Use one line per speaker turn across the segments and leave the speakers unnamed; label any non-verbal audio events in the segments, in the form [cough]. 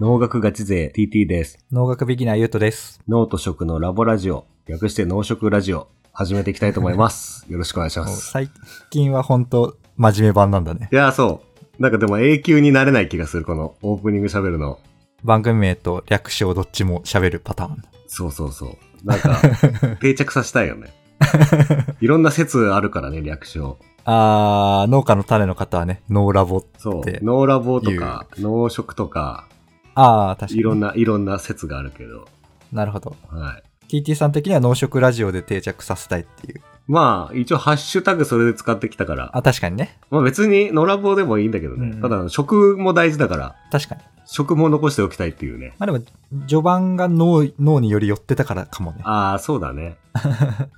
農学ガチ勢 TT です。
農学ビギナーゆうとです。
脳と食のラボラジオ、略して農食ラジオ、始めていきたいと思います。 [laughs] よろしくお願いします。
最近は本当真面目版なんだね。
いやー、そう。なんかでも永久になれない気がする、このオープニング喋るの。
番組名と略称どっちも喋るパターン。
そうそうそう。なん [laughs] か、定着させたいよ [laughs] ね。いろんな説あるからね、略称。
あー、農家の種の方はね、農ラボ。
そう
で。
農ラボとか、農食とか、
あー、確かに。
いろんな、いろんな説があるけど。
なるほど。
はい。
TT さん的には農食ラジオで定着させたいっていう。
まあ、一応ハッシュタグそれで使ってきたから、
あ、確かにね。
まあ別に野良棒でもいいんだけどね。
うん
ただ、食も大事だから、
確かに。
食も残しておきたいっていうね。
まあでも、序盤が脳脳により寄ってたからかもね。
ああ、そうだね。 [laughs]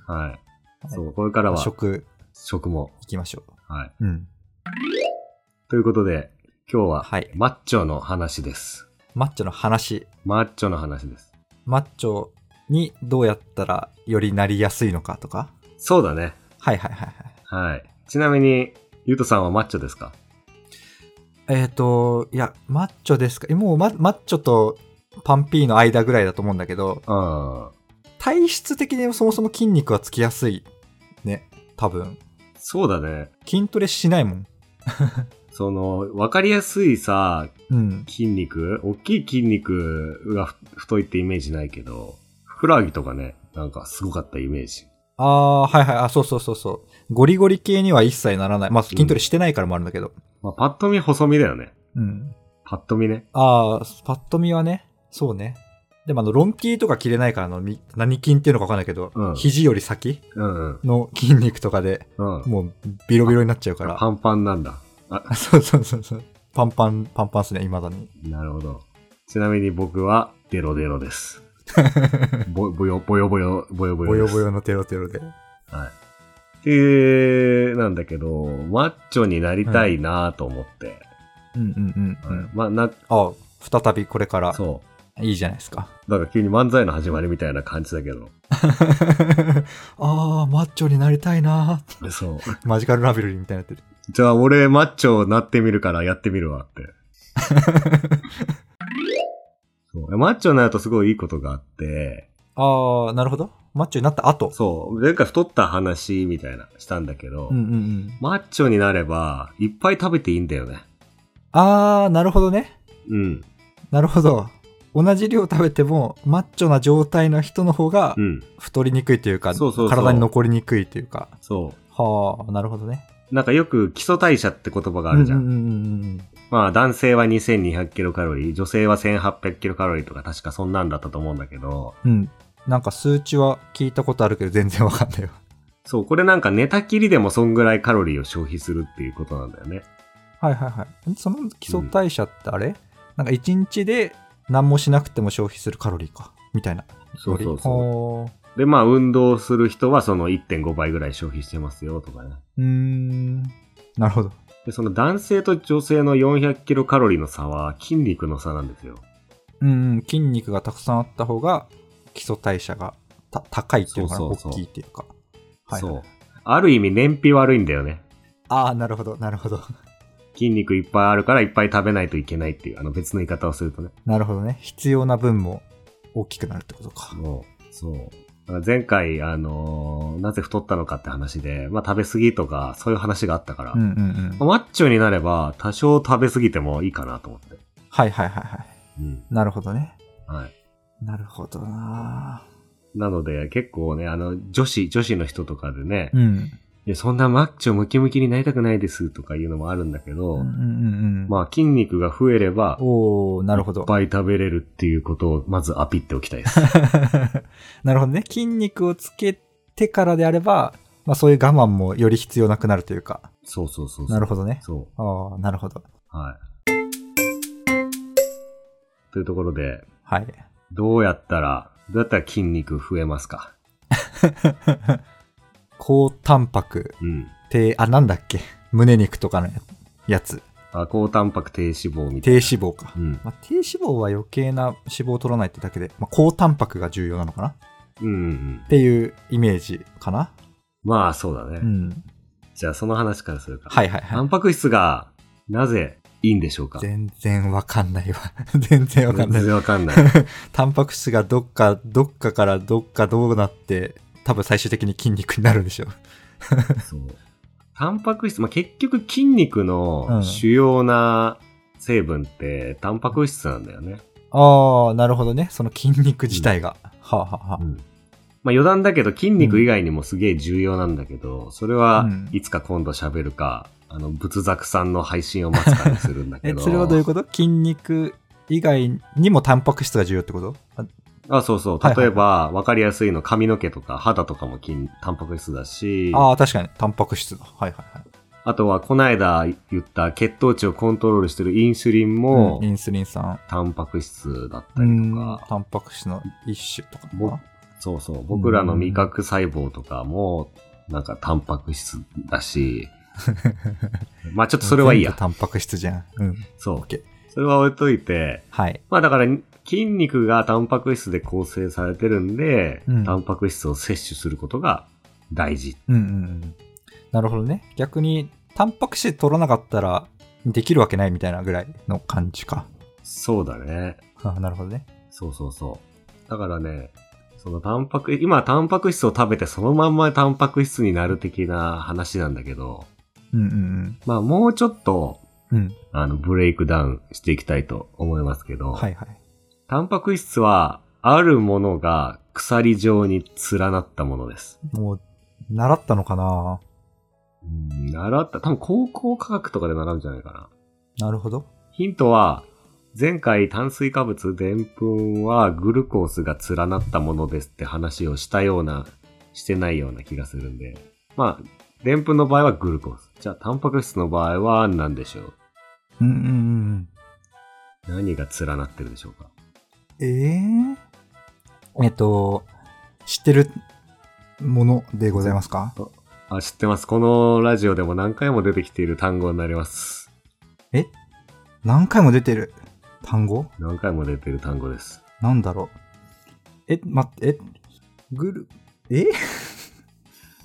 はい。そう、これからは
食
食も。
行きましょ
はい。
う。うん。
ということで、今日は、
はい
マッチョの話です。
マッチョの話。
マッチョの話です。
マッチョにどうやったらよりなりやすいのかとか。
そうだね。
はいはいはいはい。
はい。ちなみに、ゆうとさんはマッチョですか
えっ、と、いや、マッチョですかえもうママッチョとパンピーの間ぐらいだと思うんだけど、
うん。
体質的にそもそも筋肉はつきやすい。ね、多分。
そうだね。
筋トレしないもん。
その、わかりやすいさ、
うん。
筋肉大きい筋肉がふ太いってイメージないけど、ふくらはぎとかね、なんかすごかったイメージ。
あー、はいはい、あ、そうそうそうそう。ゴリゴリ系には一切ならない。まあ、筋トレしてないからもあるんだけど。
まあ、パッと見細身だよね。
うん。
パッと見ね。
あー、パッと見はね、そうね。でもあの、ロン T とか着れないからあの、み何筋っていうのかわかんないけど、
うん
肘より先
うん
の筋肉とかで
うん。うん。
もうビロビロになっちゃうから。
パンパンなんだ。あ、
[laughs] そうそうそうそう。パンパン、パンパンっすね、未だに。
なるほど。ちなみに僕は、デロデロです。ぼ、ぼよ、ぼよぼよ、ぼよぼよ
ぼよ
です。
ぼよのテロテロで。
はい。で、なんだけど、マッチョになりたいなと思って。
うんうんうん、
はい、まあ、な、
あ、再びこれから、
そ
いいじゃないです [laughs] か。
う。なんか急に漫才の始まりみたいな感じだけ
[laughs]
ど。
あー、マッチョになりたいなー
そう。
[laughs] マジカルラベルリーみたいになってる。
じゃあ俺マッチョなってみるからやってみるわって。
[laughs]
そうマッチョになるとすごいいいことがあって、
あー、なるほど。マッチョになった後。
そう、前回太った話みたいなしたんだけど、
うんうんうん。
マッチョになればいっぱい食べていいんだよね。
あー、なるほどね。
うん、
なるほど。同じ量食べても、マッチョな状態の人の方が
う、ん、
太りにくいというか、
そうそうそう
体に残りにくいというか。
そ
はあ、なるほどね。
う。なんかよく基礎代謝って言葉があるじゃん。
うんうんうんうん。
まあ男性は2200キロカロリー、女性は1800キロカロリーとか確かそんなんだったと思うんだけど、
うん。なんか数値は聞いたことあるけど全然わかんないよ。
そう、これなんか寝たきりでもそんぐらいカロリーを消費するっていうことなんだよね。
はいはいはい。その基礎代謝ってあれ、なんか一日で何もしなくても消費するカロリーか。みたいな。
そうそうそう。
そ
で、まあ、運動する人はその1.5倍ぐらい消費してますよとかね。
う。うーん。なるほど。
で、その男性と女性の400キロカロリーの差は筋肉の差なんですよ。
うんうん。筋肉がたくさんあった方が基礎代謝がた高いっていうのかな
そうそうそう
大きいっていうか。はい、
そう。ある意味燃費悪いんだよね。
ああ、なるほど、なるほど。 [laughs]
筋肉いっぱいあるからいっぱい食べないといけないっていう、あの別の言い方をするとね。
なるほどね。必要な分も大きくなるってことか。
もう、そう。だから前回、あのーなぜ太ったのかって話で、まあ食べ過ぎとかそういう話があったから、
うんう
ま
んうん
あ。マッチョになれば多少食べ過ぎてもいいかなと思って。
はいはいはいは
うん。
い。なるほどね。
はい。
なるほどな
なので、結構ね、あの、女子、女子の人とかでね、
ー
い
うん。
やそんなマッチョムキムキになりたくないですとかいうのもあるんだけど、
うんうんうん。
まあ筋肉が増えれば、いっ
おおなるほど。
ぱい食べれるっていうことをまずアピっておきたい
[laughs]
です。
なるほどね。筋肉をつけてからであれば、まあそういう我慢もより必要なくなるというか。
そうそうそうそう。
なるほどね。
そ
ああ、なるほど。
う。はい。というところで、
はい。 [laughs]
どうやったら、どうやったら筋肉増えますか
高タンパク
うん。
低、あ、なんだっけ。胸肉とかのやつ。
あ高タンパク低脂肪みたい
低
な。
脂肪か。
うん。
まあ、低脂肪は余計な脂肪を取らないってだけで、まあ、高タンパクが重要なのかなっ
うんうんうん。
ていうイメージかな。
まあそうだね。
うん。
じゃあその話からするか。
はいはい
タ
はい。
ンパク質がなぜいいんでしょうか
全然わかんないわ。 [laughs] 全然わかんない
全。然わかん
[laughs]
ない。
タンパク質がどっか、どっかからどっかどうなって、多分最終的に筋肉になるんでしょう。
そう。タンパク質、まあ、結局筋肉
う
の
ん
主要な成分って、タンパク質なんだよね。
ああ、なるほどね。その筋肉自体が。はあ、はあは
うんまあ、余談だけど、筋肉以外にもすげえ重要なんだけど、それは
うん
いつか今度喋るか、あの、仏作さんの配信を待つかにするんだけ
[laughs] え
ど。、
それはどういうこと筋肉以外にもタンパク質が重要ってことあ
あ、そうそう。
はいはい
例えば、わかりやすいの、髪の毛とか肌とかも筋、タンパク質だし、あ
あー、確かに。タンパク質だ。はいはいはい。
とは、こないだ言った血糖値をコントロールしてるインスリンも、
うんインスリン酸。
タンパク質だった
う
りと
ん
か、
タンパク質の一種とかか
ぼ
な。
そうそう、僕らの味覚細胞とかも、なんかタンパク質だ
[laughs]
し、まあちょっとそれはいい
全部
や。
タンパク質じゃん。うん。
そ
OK。
う。それは置いといて、
はい。
まあだから筋肉がタンパク質で構成されてるんで、
うん
タンパク質を摂取することが大事。
うんうんうん。なるほどね。逆に、タンパク質取らなかったら、できるわけないみたいなぐらいの感じか。
そうだね。
あなるほどね。
そうそうそう。だからね、そのタンパク、今タンパク質を食べてそのまんまタンパク質になる的な話なんだけど、
うんうん
まあもうちょっと
うん。うん。
あの、ブレイクダウンしていきたいと思いますけど、
はいはい。
タンパク質は、あるものが鎖状に連なったものです。
もう、習ったのかな
うん習った、多分高校科学とかで習うんじゃないかな。
なるほど。
ヒントは、前回炭水化物、でんぷんはグルコースが連なったものですって話をしたような、してないような気がするんで。まあ、でんぷんの場合はグルコース。じゃあ、タンパク質の場合は何でしょう
うんうんうん
何が連なってるでしょうか
うん。えええっと、知ってるものでございますか
あ、知ってます。このラジオでも何回も出てきている単語になります。
え何回も出てる単語
何回も出ている単語です。
なんだろうえ、待って、え、グル、え [laughs]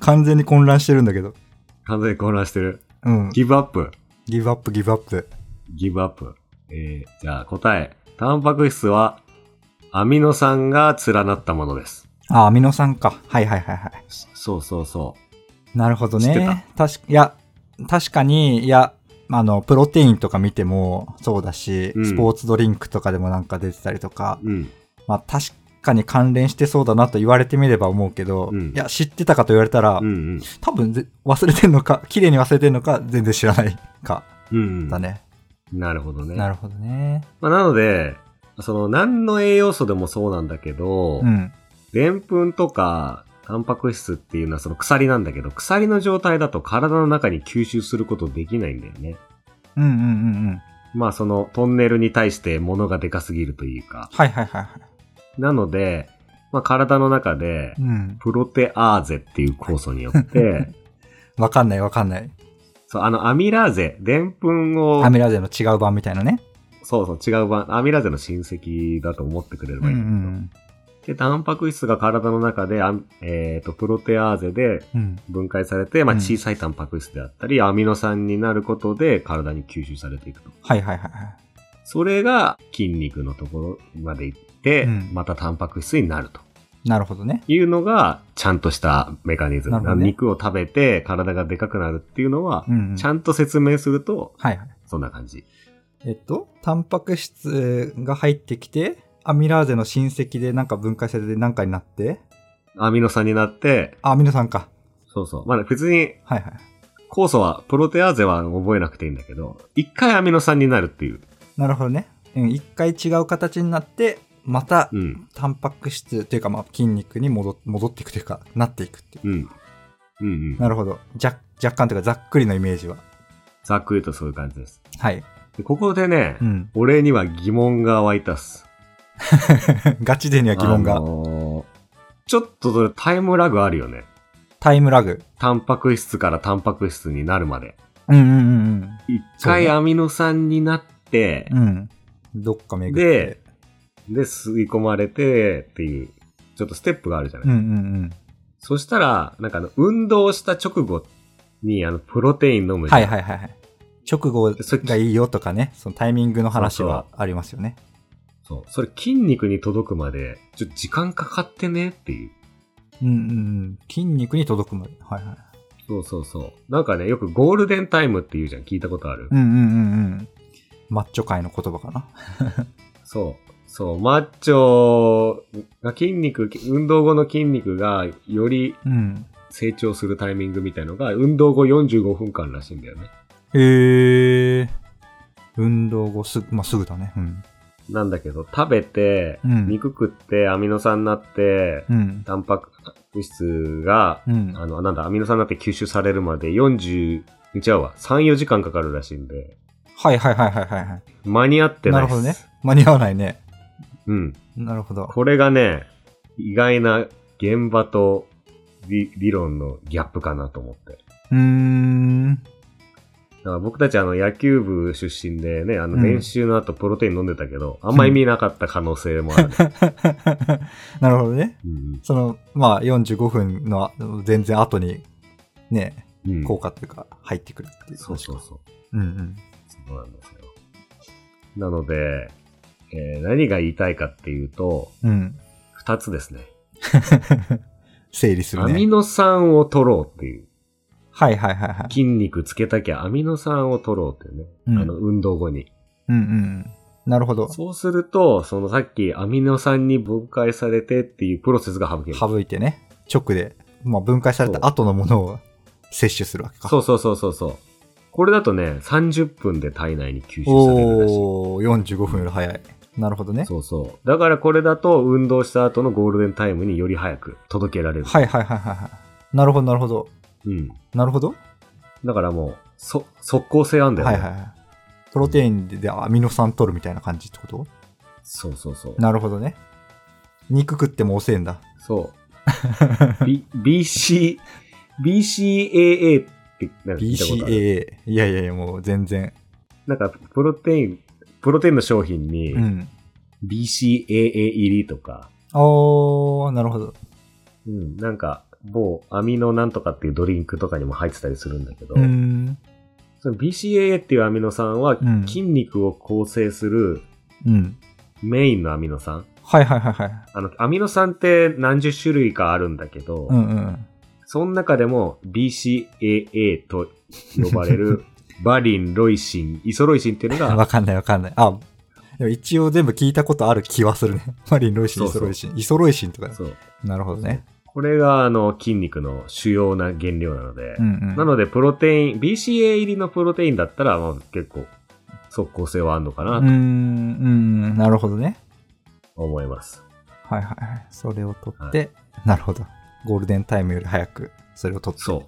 完全に混乱してるんだけど。
完全に混乱してる。
うん。
ギブアップ。
ギブアップ、ギブアップ。
ギブアップ。えー、じゃあ答え。タンパク質は、アミノ酸が連なったものです。
あ、アミノ酸か。はいはいはいはい。
そそうそうそ
なるほど
知ってた
ね。確か、いや、確かに、いや、あの、プロテインとか見てもそうだし、
うん
スポーツドリンクとかでもなんか出てたりとか、
う。うん。
まあ確かに関連してそうだなと言われてみれば思うけど、
うん
いや、知ってたかと言われたら、
うんうん。
多分ぜ忘れてんのか、 [laughs] 綺麗に忘れてんのか、全然知らないか、
うん、う
だ
ん。
ね。
なるほどね。
なるほどね。
まあ、なので、その、何の栄養素でもそうなんだけど
う、ん。
でんぷんとか、タンパク質っていうのはその鎖なんだけど、鎖の状態だと体の中に吸収することできないんだよね。
うんうんうんうん。
まあそのトンネルに対して物がでかすぎるというか。
はいはいはいは
なので、まあ体の中で
い。うん。
プロテアーゼっていう酵素によ
[laughs]
って、
わかんないわかんない。
そう、あのアミラーゼ、でんぷんを
ア、ミラーゼの違う版みたいなね。
そうそう違う版、アミラーゼの親戚だと思ってくれれ
う
ば
ん
いいうけど。
ん
で、タンパク質が体の中で、あんえっ、と、プロテアーゼで
うん。うん。
分解されて、まあ
うん
小さいタンパク質であったり、アミノ酸になることで体に吸収されていくと。
はいはいはいはい。
それが筋肉のところまで行って、
うん
またタンパク質になると。
なるほどね。
いうのが、ちゃんとしたメカニズム。
なるほどね
肉を食べて体がでかくなるっていうのは
う、ん、うん。
ちゃんと説明すると、
はいはい。
そんな感じ。
えっと、タンパク質が入ってきて、アミラーゼの親戚でなんか分解されて何かになって、
アミノ酸になって、
あ、アミノ酸か。
そうそう。まあ、別に、
はいはい。
酵素は、プロテアーゼは覚えなくていいんだけど、一回アミノ酸になるっていう。
なるほどね。うん、一回違う形になって、また
うん。
タンパク質というか、まあ、筋肉に戻戻っていくというか、なっていくっていう。
うん。うんうん。
なるほど。じゃ若干というか、ざっくりのイメージは。
ざっくりとそういう感じです。
はい。
でここでね、
うん。 [laughs]
俺には疑問が湧いたっす。
ガチ勢には疑問
あ
が。
のーちょっとそれタイムラグあるよね。
タイムラグ。
タンパク質からタンパク質になるまで。
うんうんうん
一
そう
回
ね
アミノ酸になって
う、ん。うん。どっか巡って
で。、で、吸い込まれてっていう、ちょっとステップがあるじゃない。
うんうんうん。
そしたら、なんかあの、運動した直後に、あの、プロテイン飲むじゃん
はいはいはいはい。直後
そっち
がいいよとかね、そのタイミングの話はありますよね。
そう。それ筋肉に届くまで、ちょっと時間かかってねっていう。
うんうんうん。筋肉に届くまで。はいはい。
そうそうそう。なんかね、よくゴールデンタイムって言うじゃん。聞いたことある。
うんうんうんうん。マッチョ界の言葉かな。
そう。そう。マッチョが筋肉、運動後の筋肉がより
うん。
成長するタイミングみたいのが、運動後45分間らしいんだよね。
へえ。運動後すぐ、まあ、すぐだね。うん。
なんだけど、食べて、
うん
肉食って、アミノ酸になって、
うん。
タンパク質が、
うん。
あの、なんだ、アミノ酸になって吸収されるまで40、違うわ、3、4時間かかるらしいんで、
はいはいはいはいはいは
間に合って
い。
な
ないる
っす
ほどね。。間に合わないね。
うん。
なるほど。
これがね、意外な現場と理理論のギャップかなと思って。
うーん。 [laughs]
だから僕たちあの野球部出身でね、あの
うん
練習の後プロテイン飲んでたけど、あんま意味なかった可能性
[laughs]
もある。
なるほどね。
うん
その、まあ、45分の全然後に、ね、
うん
効果というか、入ってくるっていう。
そうそうそう。
う。うんうん。
そうなんですよ。なので、えー何が言いたいかっていうと、 [laughs]
うん。
二つですね。
整理する
アミ
ね。
ノ酸を取ろうっていう。
はいはいはいはい。
筋肉つけたきゃアミノ酸を取ろうっていうね。
うん
あの、運動後に。
うんうん。なるほど。
そうすると、そのさっきアミノ酸に分解されてっていうプロセスが省ける。
省いてね、直で、まあ、分解された後のものを摂取するわけか。。
そううそうそうそうそう。これだとね、30分で体内に吸収されるらしい。
おー、45分より早い。なるほどね。
そうそう。だからこれだと運動した後のゴールデンタイムにより早く届けられる。
はいはいはいはいはい。なるほどなるほど。
うん。
なるほど。
だからもう、そ、即効性あんだよ
は
ね。
いはいはい。プロテインでアミノ酸取るみたいな感じってこと
そうそうそう。
なるほどね。肉食っても遅えんだ。 [laughs]
そう。B、BC、BCAA ってなんか聞いたことある。
BCAA。いやいやいや、もう全然。
なんか、プロテイン、プロテインの商品に
う、ん。
BCAA 入りとか、
おー、なるほど。
うん、なんか、某アミノなんとかっていうドリンクとかにも入ってたりするんだけど、
うーん。
その BCAA っていうアミノ酸は
う、ん
筋肉を構成する
うん。
メインのアミノ酸。
はいはいはいはい。
あの、アミノ酸って何十種類かあるんだけど、
うんうん。
その中でも BCAA と呼ばれ
[laughs]
るバリン、ロイシン、イソロイシンっていうの
わ
が、
かんないわかんない。あ、でも一応全部聞いたことある気はするね。 [laughs] マリン、ロイシ
そ
ン、イ
うそ
ソ
う
ロイシン。イソロイシンとか。
そう。
なるほどね。
これがあの筋肉の主要な原料なので、
うんうん。
なのでプロテイン、BCA 入りのプロテインだったら、まあ結構即効性はあるのか
う
な
ーん、うん、なるほどね。
と思います。
はいはいはい。それを取って、なるほど。ゴールデンタイムより早く、それを取って。
そう。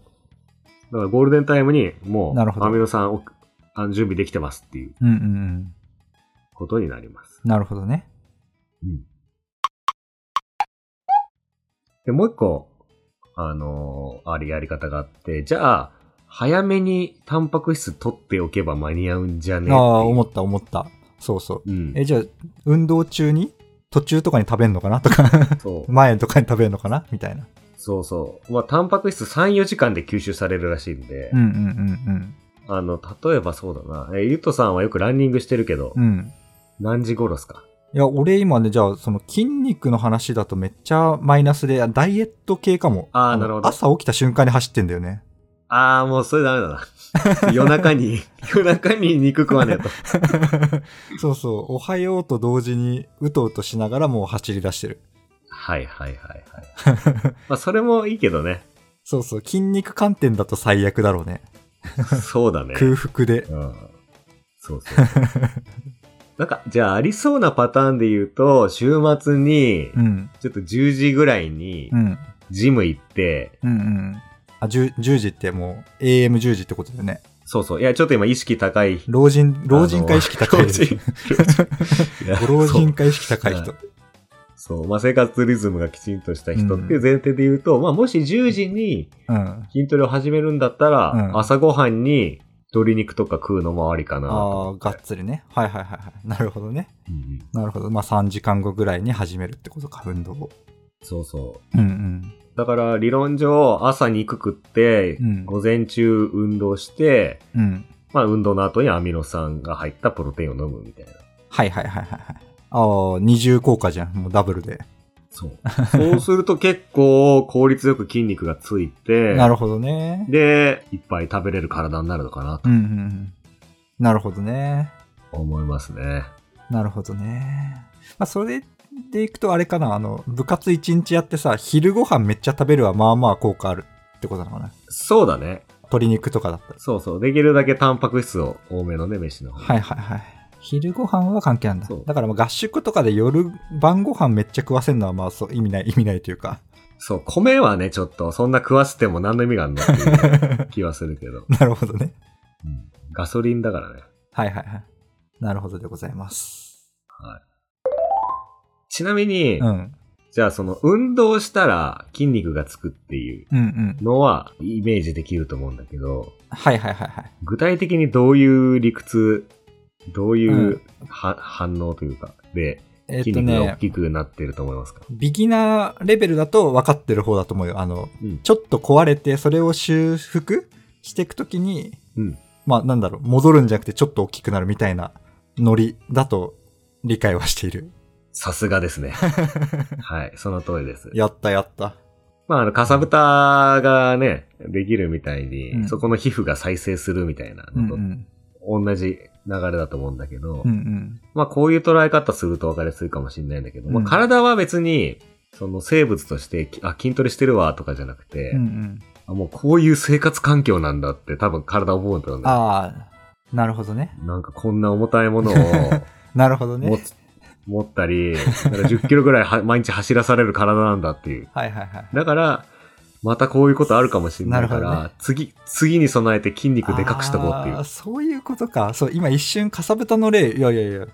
だからゴールデンタイムにも
なるほ
う
ど
アミノ酸をあの準備できてますっていう
うんうんうん。
ことになります。
なるほどね。
で、もう一個、あのーあれやり方があって、じゃあ、早めにタンパク質取っておけば間に合うんじゃね
ああ、思
っ
った思った。そうそう。
ていう。うん。
え、じゃあ、運動中に途中とかに食べんのかなとか、
そう。
前とかに食べるのかなみたいな。
そうそう。まあ、タンパク質3、4時間で吸収されるらしいんで、
うんうん
あの、例えばそうだな。え、ゆとさんはよくランニングしてるけど、
うんうん。うん。
何時頃っすか
いや、俺今ね、じゃあ、その筋肉の話だとめっちゃマイナスで、あダイエット系かも。
あー
の
なるほど
朝起きた瞬間に走ってんだよね。
ああ、もうそれダメだな。 [laughs] 夜中に、夜中に肉食わねえと。
そうそう、おはようと同時に、うとうとしながらもう走り出してる。
はいはいはいはい。
[laughs]
まあ、それもいいけどね。
そうそう、筋肉観点だと最悪だろうね。
そうだね。
空腹で。
うんそうそう
[laughs]
そう。なんか、じゃあありそうなパターンで言うと、週末に
う、ん。
ちょっと10時ぐらいに
う、ん。
ジム行って、
うんうん。あ、10, 10時ってもう、AM10 時ってことだよね。
そうそう。いや、ちょっと今意識高い。
老人、老人会意識高い
老人。
[laughs]
いや
ご
[laughs]
老
そ
人
う
会意識高い人。
そう。まあ、生活リズムがきちんとした人っていう前提で言うと、まあ、もし10時に
うん。
筋トレを始めるんだったら、
うん
朝ごはんに鶏肉とか食うのもありかなと。
ああ、がっつりね。はいはいはいはい。なるほどね。
うんうん
なるほど。まあ3時間後ぐらいに始めるってことか、運動を。
そうそう。
うんうん。
だから理論上、朝肉食って、
うん
午前中運動して、
うん。
まあ、運動の後にアミノ酸が入ったプロテインを飲むみたいな。
はいはいはいはいはい。ああ、二重効果じゃん。もうダブルで。
そう。そうすると結構効率よく筋肉がついて、
なるほどね。
で、いっぱい食べれる体になるのかな
うんうんうん。なるほどね。
と思いますね。
なるほどね。まあ、それでいくとあれかな。あの、部活一日やってさ、昼ご飯めっちゃ食べるはまあまあ効果あるってことなのかな。
そうだね。
鶏肉とかだったら。
そうそう。できるだけタンパク質を多めのね、飯の方が。
はいはいはい。昼ご飯は関係なんだ
そう。
だからまあ合宿とかで夜晩ご飯めっちゃ食わせるのはまあそう意味ない意味ないというか。。
そう、米はね、ちょっとそんな食わせても何の意味があるのっていう気はするけど
[laughs] なるほどね。
うんガソリンだからね。
はいはいはい。なるほどでございます。
ちなみに、
うん。うん
じゃあその運動したら筋肉がつくっていう
うん。
のはイメージできると思うんだけど、
はいはいはいはい。
具体的にどういう理屈、どういううは、反応というか、で、
えっ
筋
と
肉が大
ね、
きくなってると思いますか、
ビギナーレベルだと分かってる方だと思うよ。あの、
うん
ちょっと壊れてそれを修復していくときに、
うん。
まあなんだろう、戻るんじゃなくてちょっと大きくなるみたいなノリだと理解はしている。
さすが
[laughs]
ですね。はい、その通りです。
やったやった。
まあ、あの、かさぶたがね、できるみたいに、
うん
そこの皮膚が再生するみたいな
うん
の
う
と
ん。
同じ流れだと思うんだけど、
うんうん。
まあ、こういう捉え方すると分かりやすいかもしれないんだけど、まあ、
うん
体は別に、その生物として、きあ、筋トレしてるわとかじゃなくて、
うんうん。
あもうこういう生活環境なんだって多分体覚えてるんだよ。
ああ、なるほどね。
なんかこんな重たいものを
なるほ [laughs] どね。
持つ、持ったり、だから10キロぐらいは [laughs] 毎日走らされる体なんだっていう。
はいはいはい。
だから、またこういうことあるかもしれないか
なるほ
ら、
どね
次、次に備えて筋肉でかくしとこうってい
あ
う
ー。そういうことか。そう、今一瞬かさぶたの例、いやいやいや、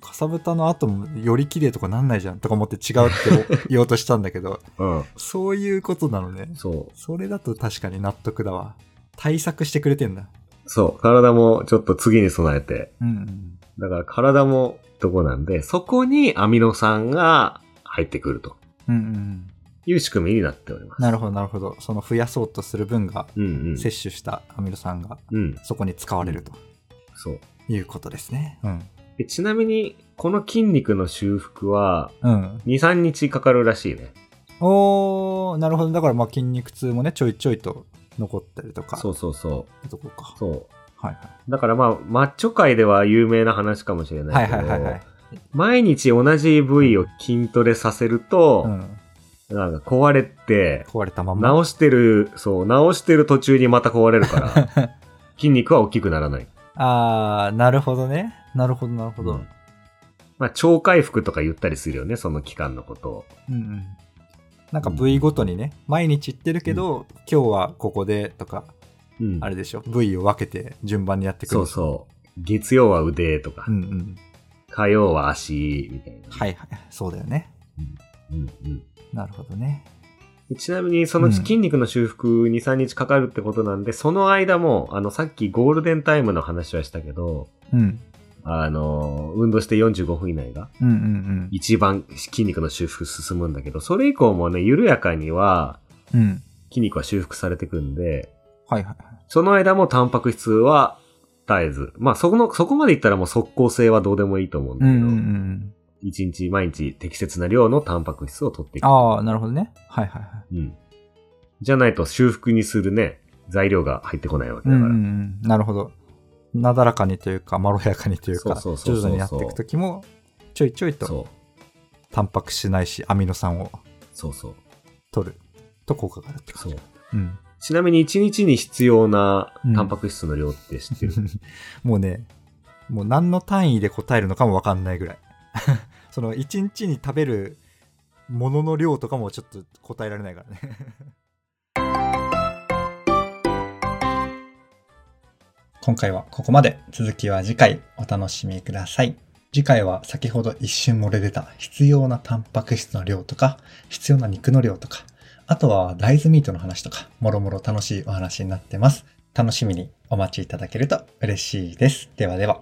かさぶたの後もより綺麗とかなんないじゃんとか思って違うってお言おうとしたんだけど、
うん。
そういうことなのね。
そう。
それだと確かに納得だわ。対策してくれてんだ。
そう。体もちょっと次に備えて。
うんうん。
だから体もとこなんで、そこにアミノ酸が入ってくると
うんうんうん。
いう仕組みになっております。
なるほどなるほど。その増やそうとする分が、
うんうん。
摂取したアミノ酸が
うん。
そこに使われると
そう。
いうことですね。うん。
でちなみに、この筋肉の修復は、
うん。
2、3日かかるらしいね。
おー、なるほど。だからまあ筋肉痛もね、ちょいちょいと残ったりとか。
そうそうそ
とこか
う。。そ
はいは
う。だからまあ、マッチョ界では有名な話かもしれ
い。
な
はいい
けど、
はいはいはい。
毎日同じ部位を筋トレさせる
う
と、
ん。
なんか壊れて、
壊れたまんま。
直してる、そう、直してる途中にまた壊れる
[laughs]
から、筋肉は大きくならない。
あー、なるほどね。なるほどなるほど。
うんまあ、超回復とか言ったりするよね、その期間のことを。
うんうん。なんか部位ごとにね、毎日言ってるけど、今日はここでとか、
うん。
あれでしょ、部位を分けて順番にやってくる。
そうそう。月曜は腕とか、
うんうん。
火曜は足、みたいな。
はいはい。そうだよね。
うんうん
なるほどね。
ちなみに、その
うん
筋肉の修復2、3日かかるってことなんで、その間も、あの、さっきゴールデンタイムの話はしたけど、
うん。
あの、運動して45分以内が、
うんうん
一番筋肉の修復進むんだけど、それ以降もね、緩やかには、
うん。うん。
筋肉は修復されてくんで、
はいはいはい。
その間もタンパク質は絶えず、まあ、そこの、そこまでいったらもう即効性はどうでもいいと思うんだ
うんうんう
けど、
ん。
一、日毎日適切な量のタンパク質を取っていく。
あー、なるほどね。はいはいはい。
うん。じゃないと修復にするね、材料が入ってこないわけ
う
だ
んう
か
ん
ら。
うん、なるほど。なだらかにというか、まろやかにというか、
そうそうそうそう
徐々にやっていくときも、ちょいちょいと、
そう。
タンパク質ないし、アミノ酸を
そうそう。
取ると効果があるって感
そ
じ
う。。
うん。
ちなみに1日に必要なタンパク質の量って知ってる、
もうね、もう何の単位で答えるのかもわかんないぐら [laughs] い。その、一日に食べるものの量とかもちょっと答えられないからね。 [laughs] 今回はここまで。続きは次回お楽しみください。次回は先ほど一瞬漏れ出た必要なタンパク質の量とか、必要な肉の量とか、あとは大豆ミートの話とか、もろもろ楽しいお話になってます。楽しみにお待ちいただけると嬉しいです。ではでは。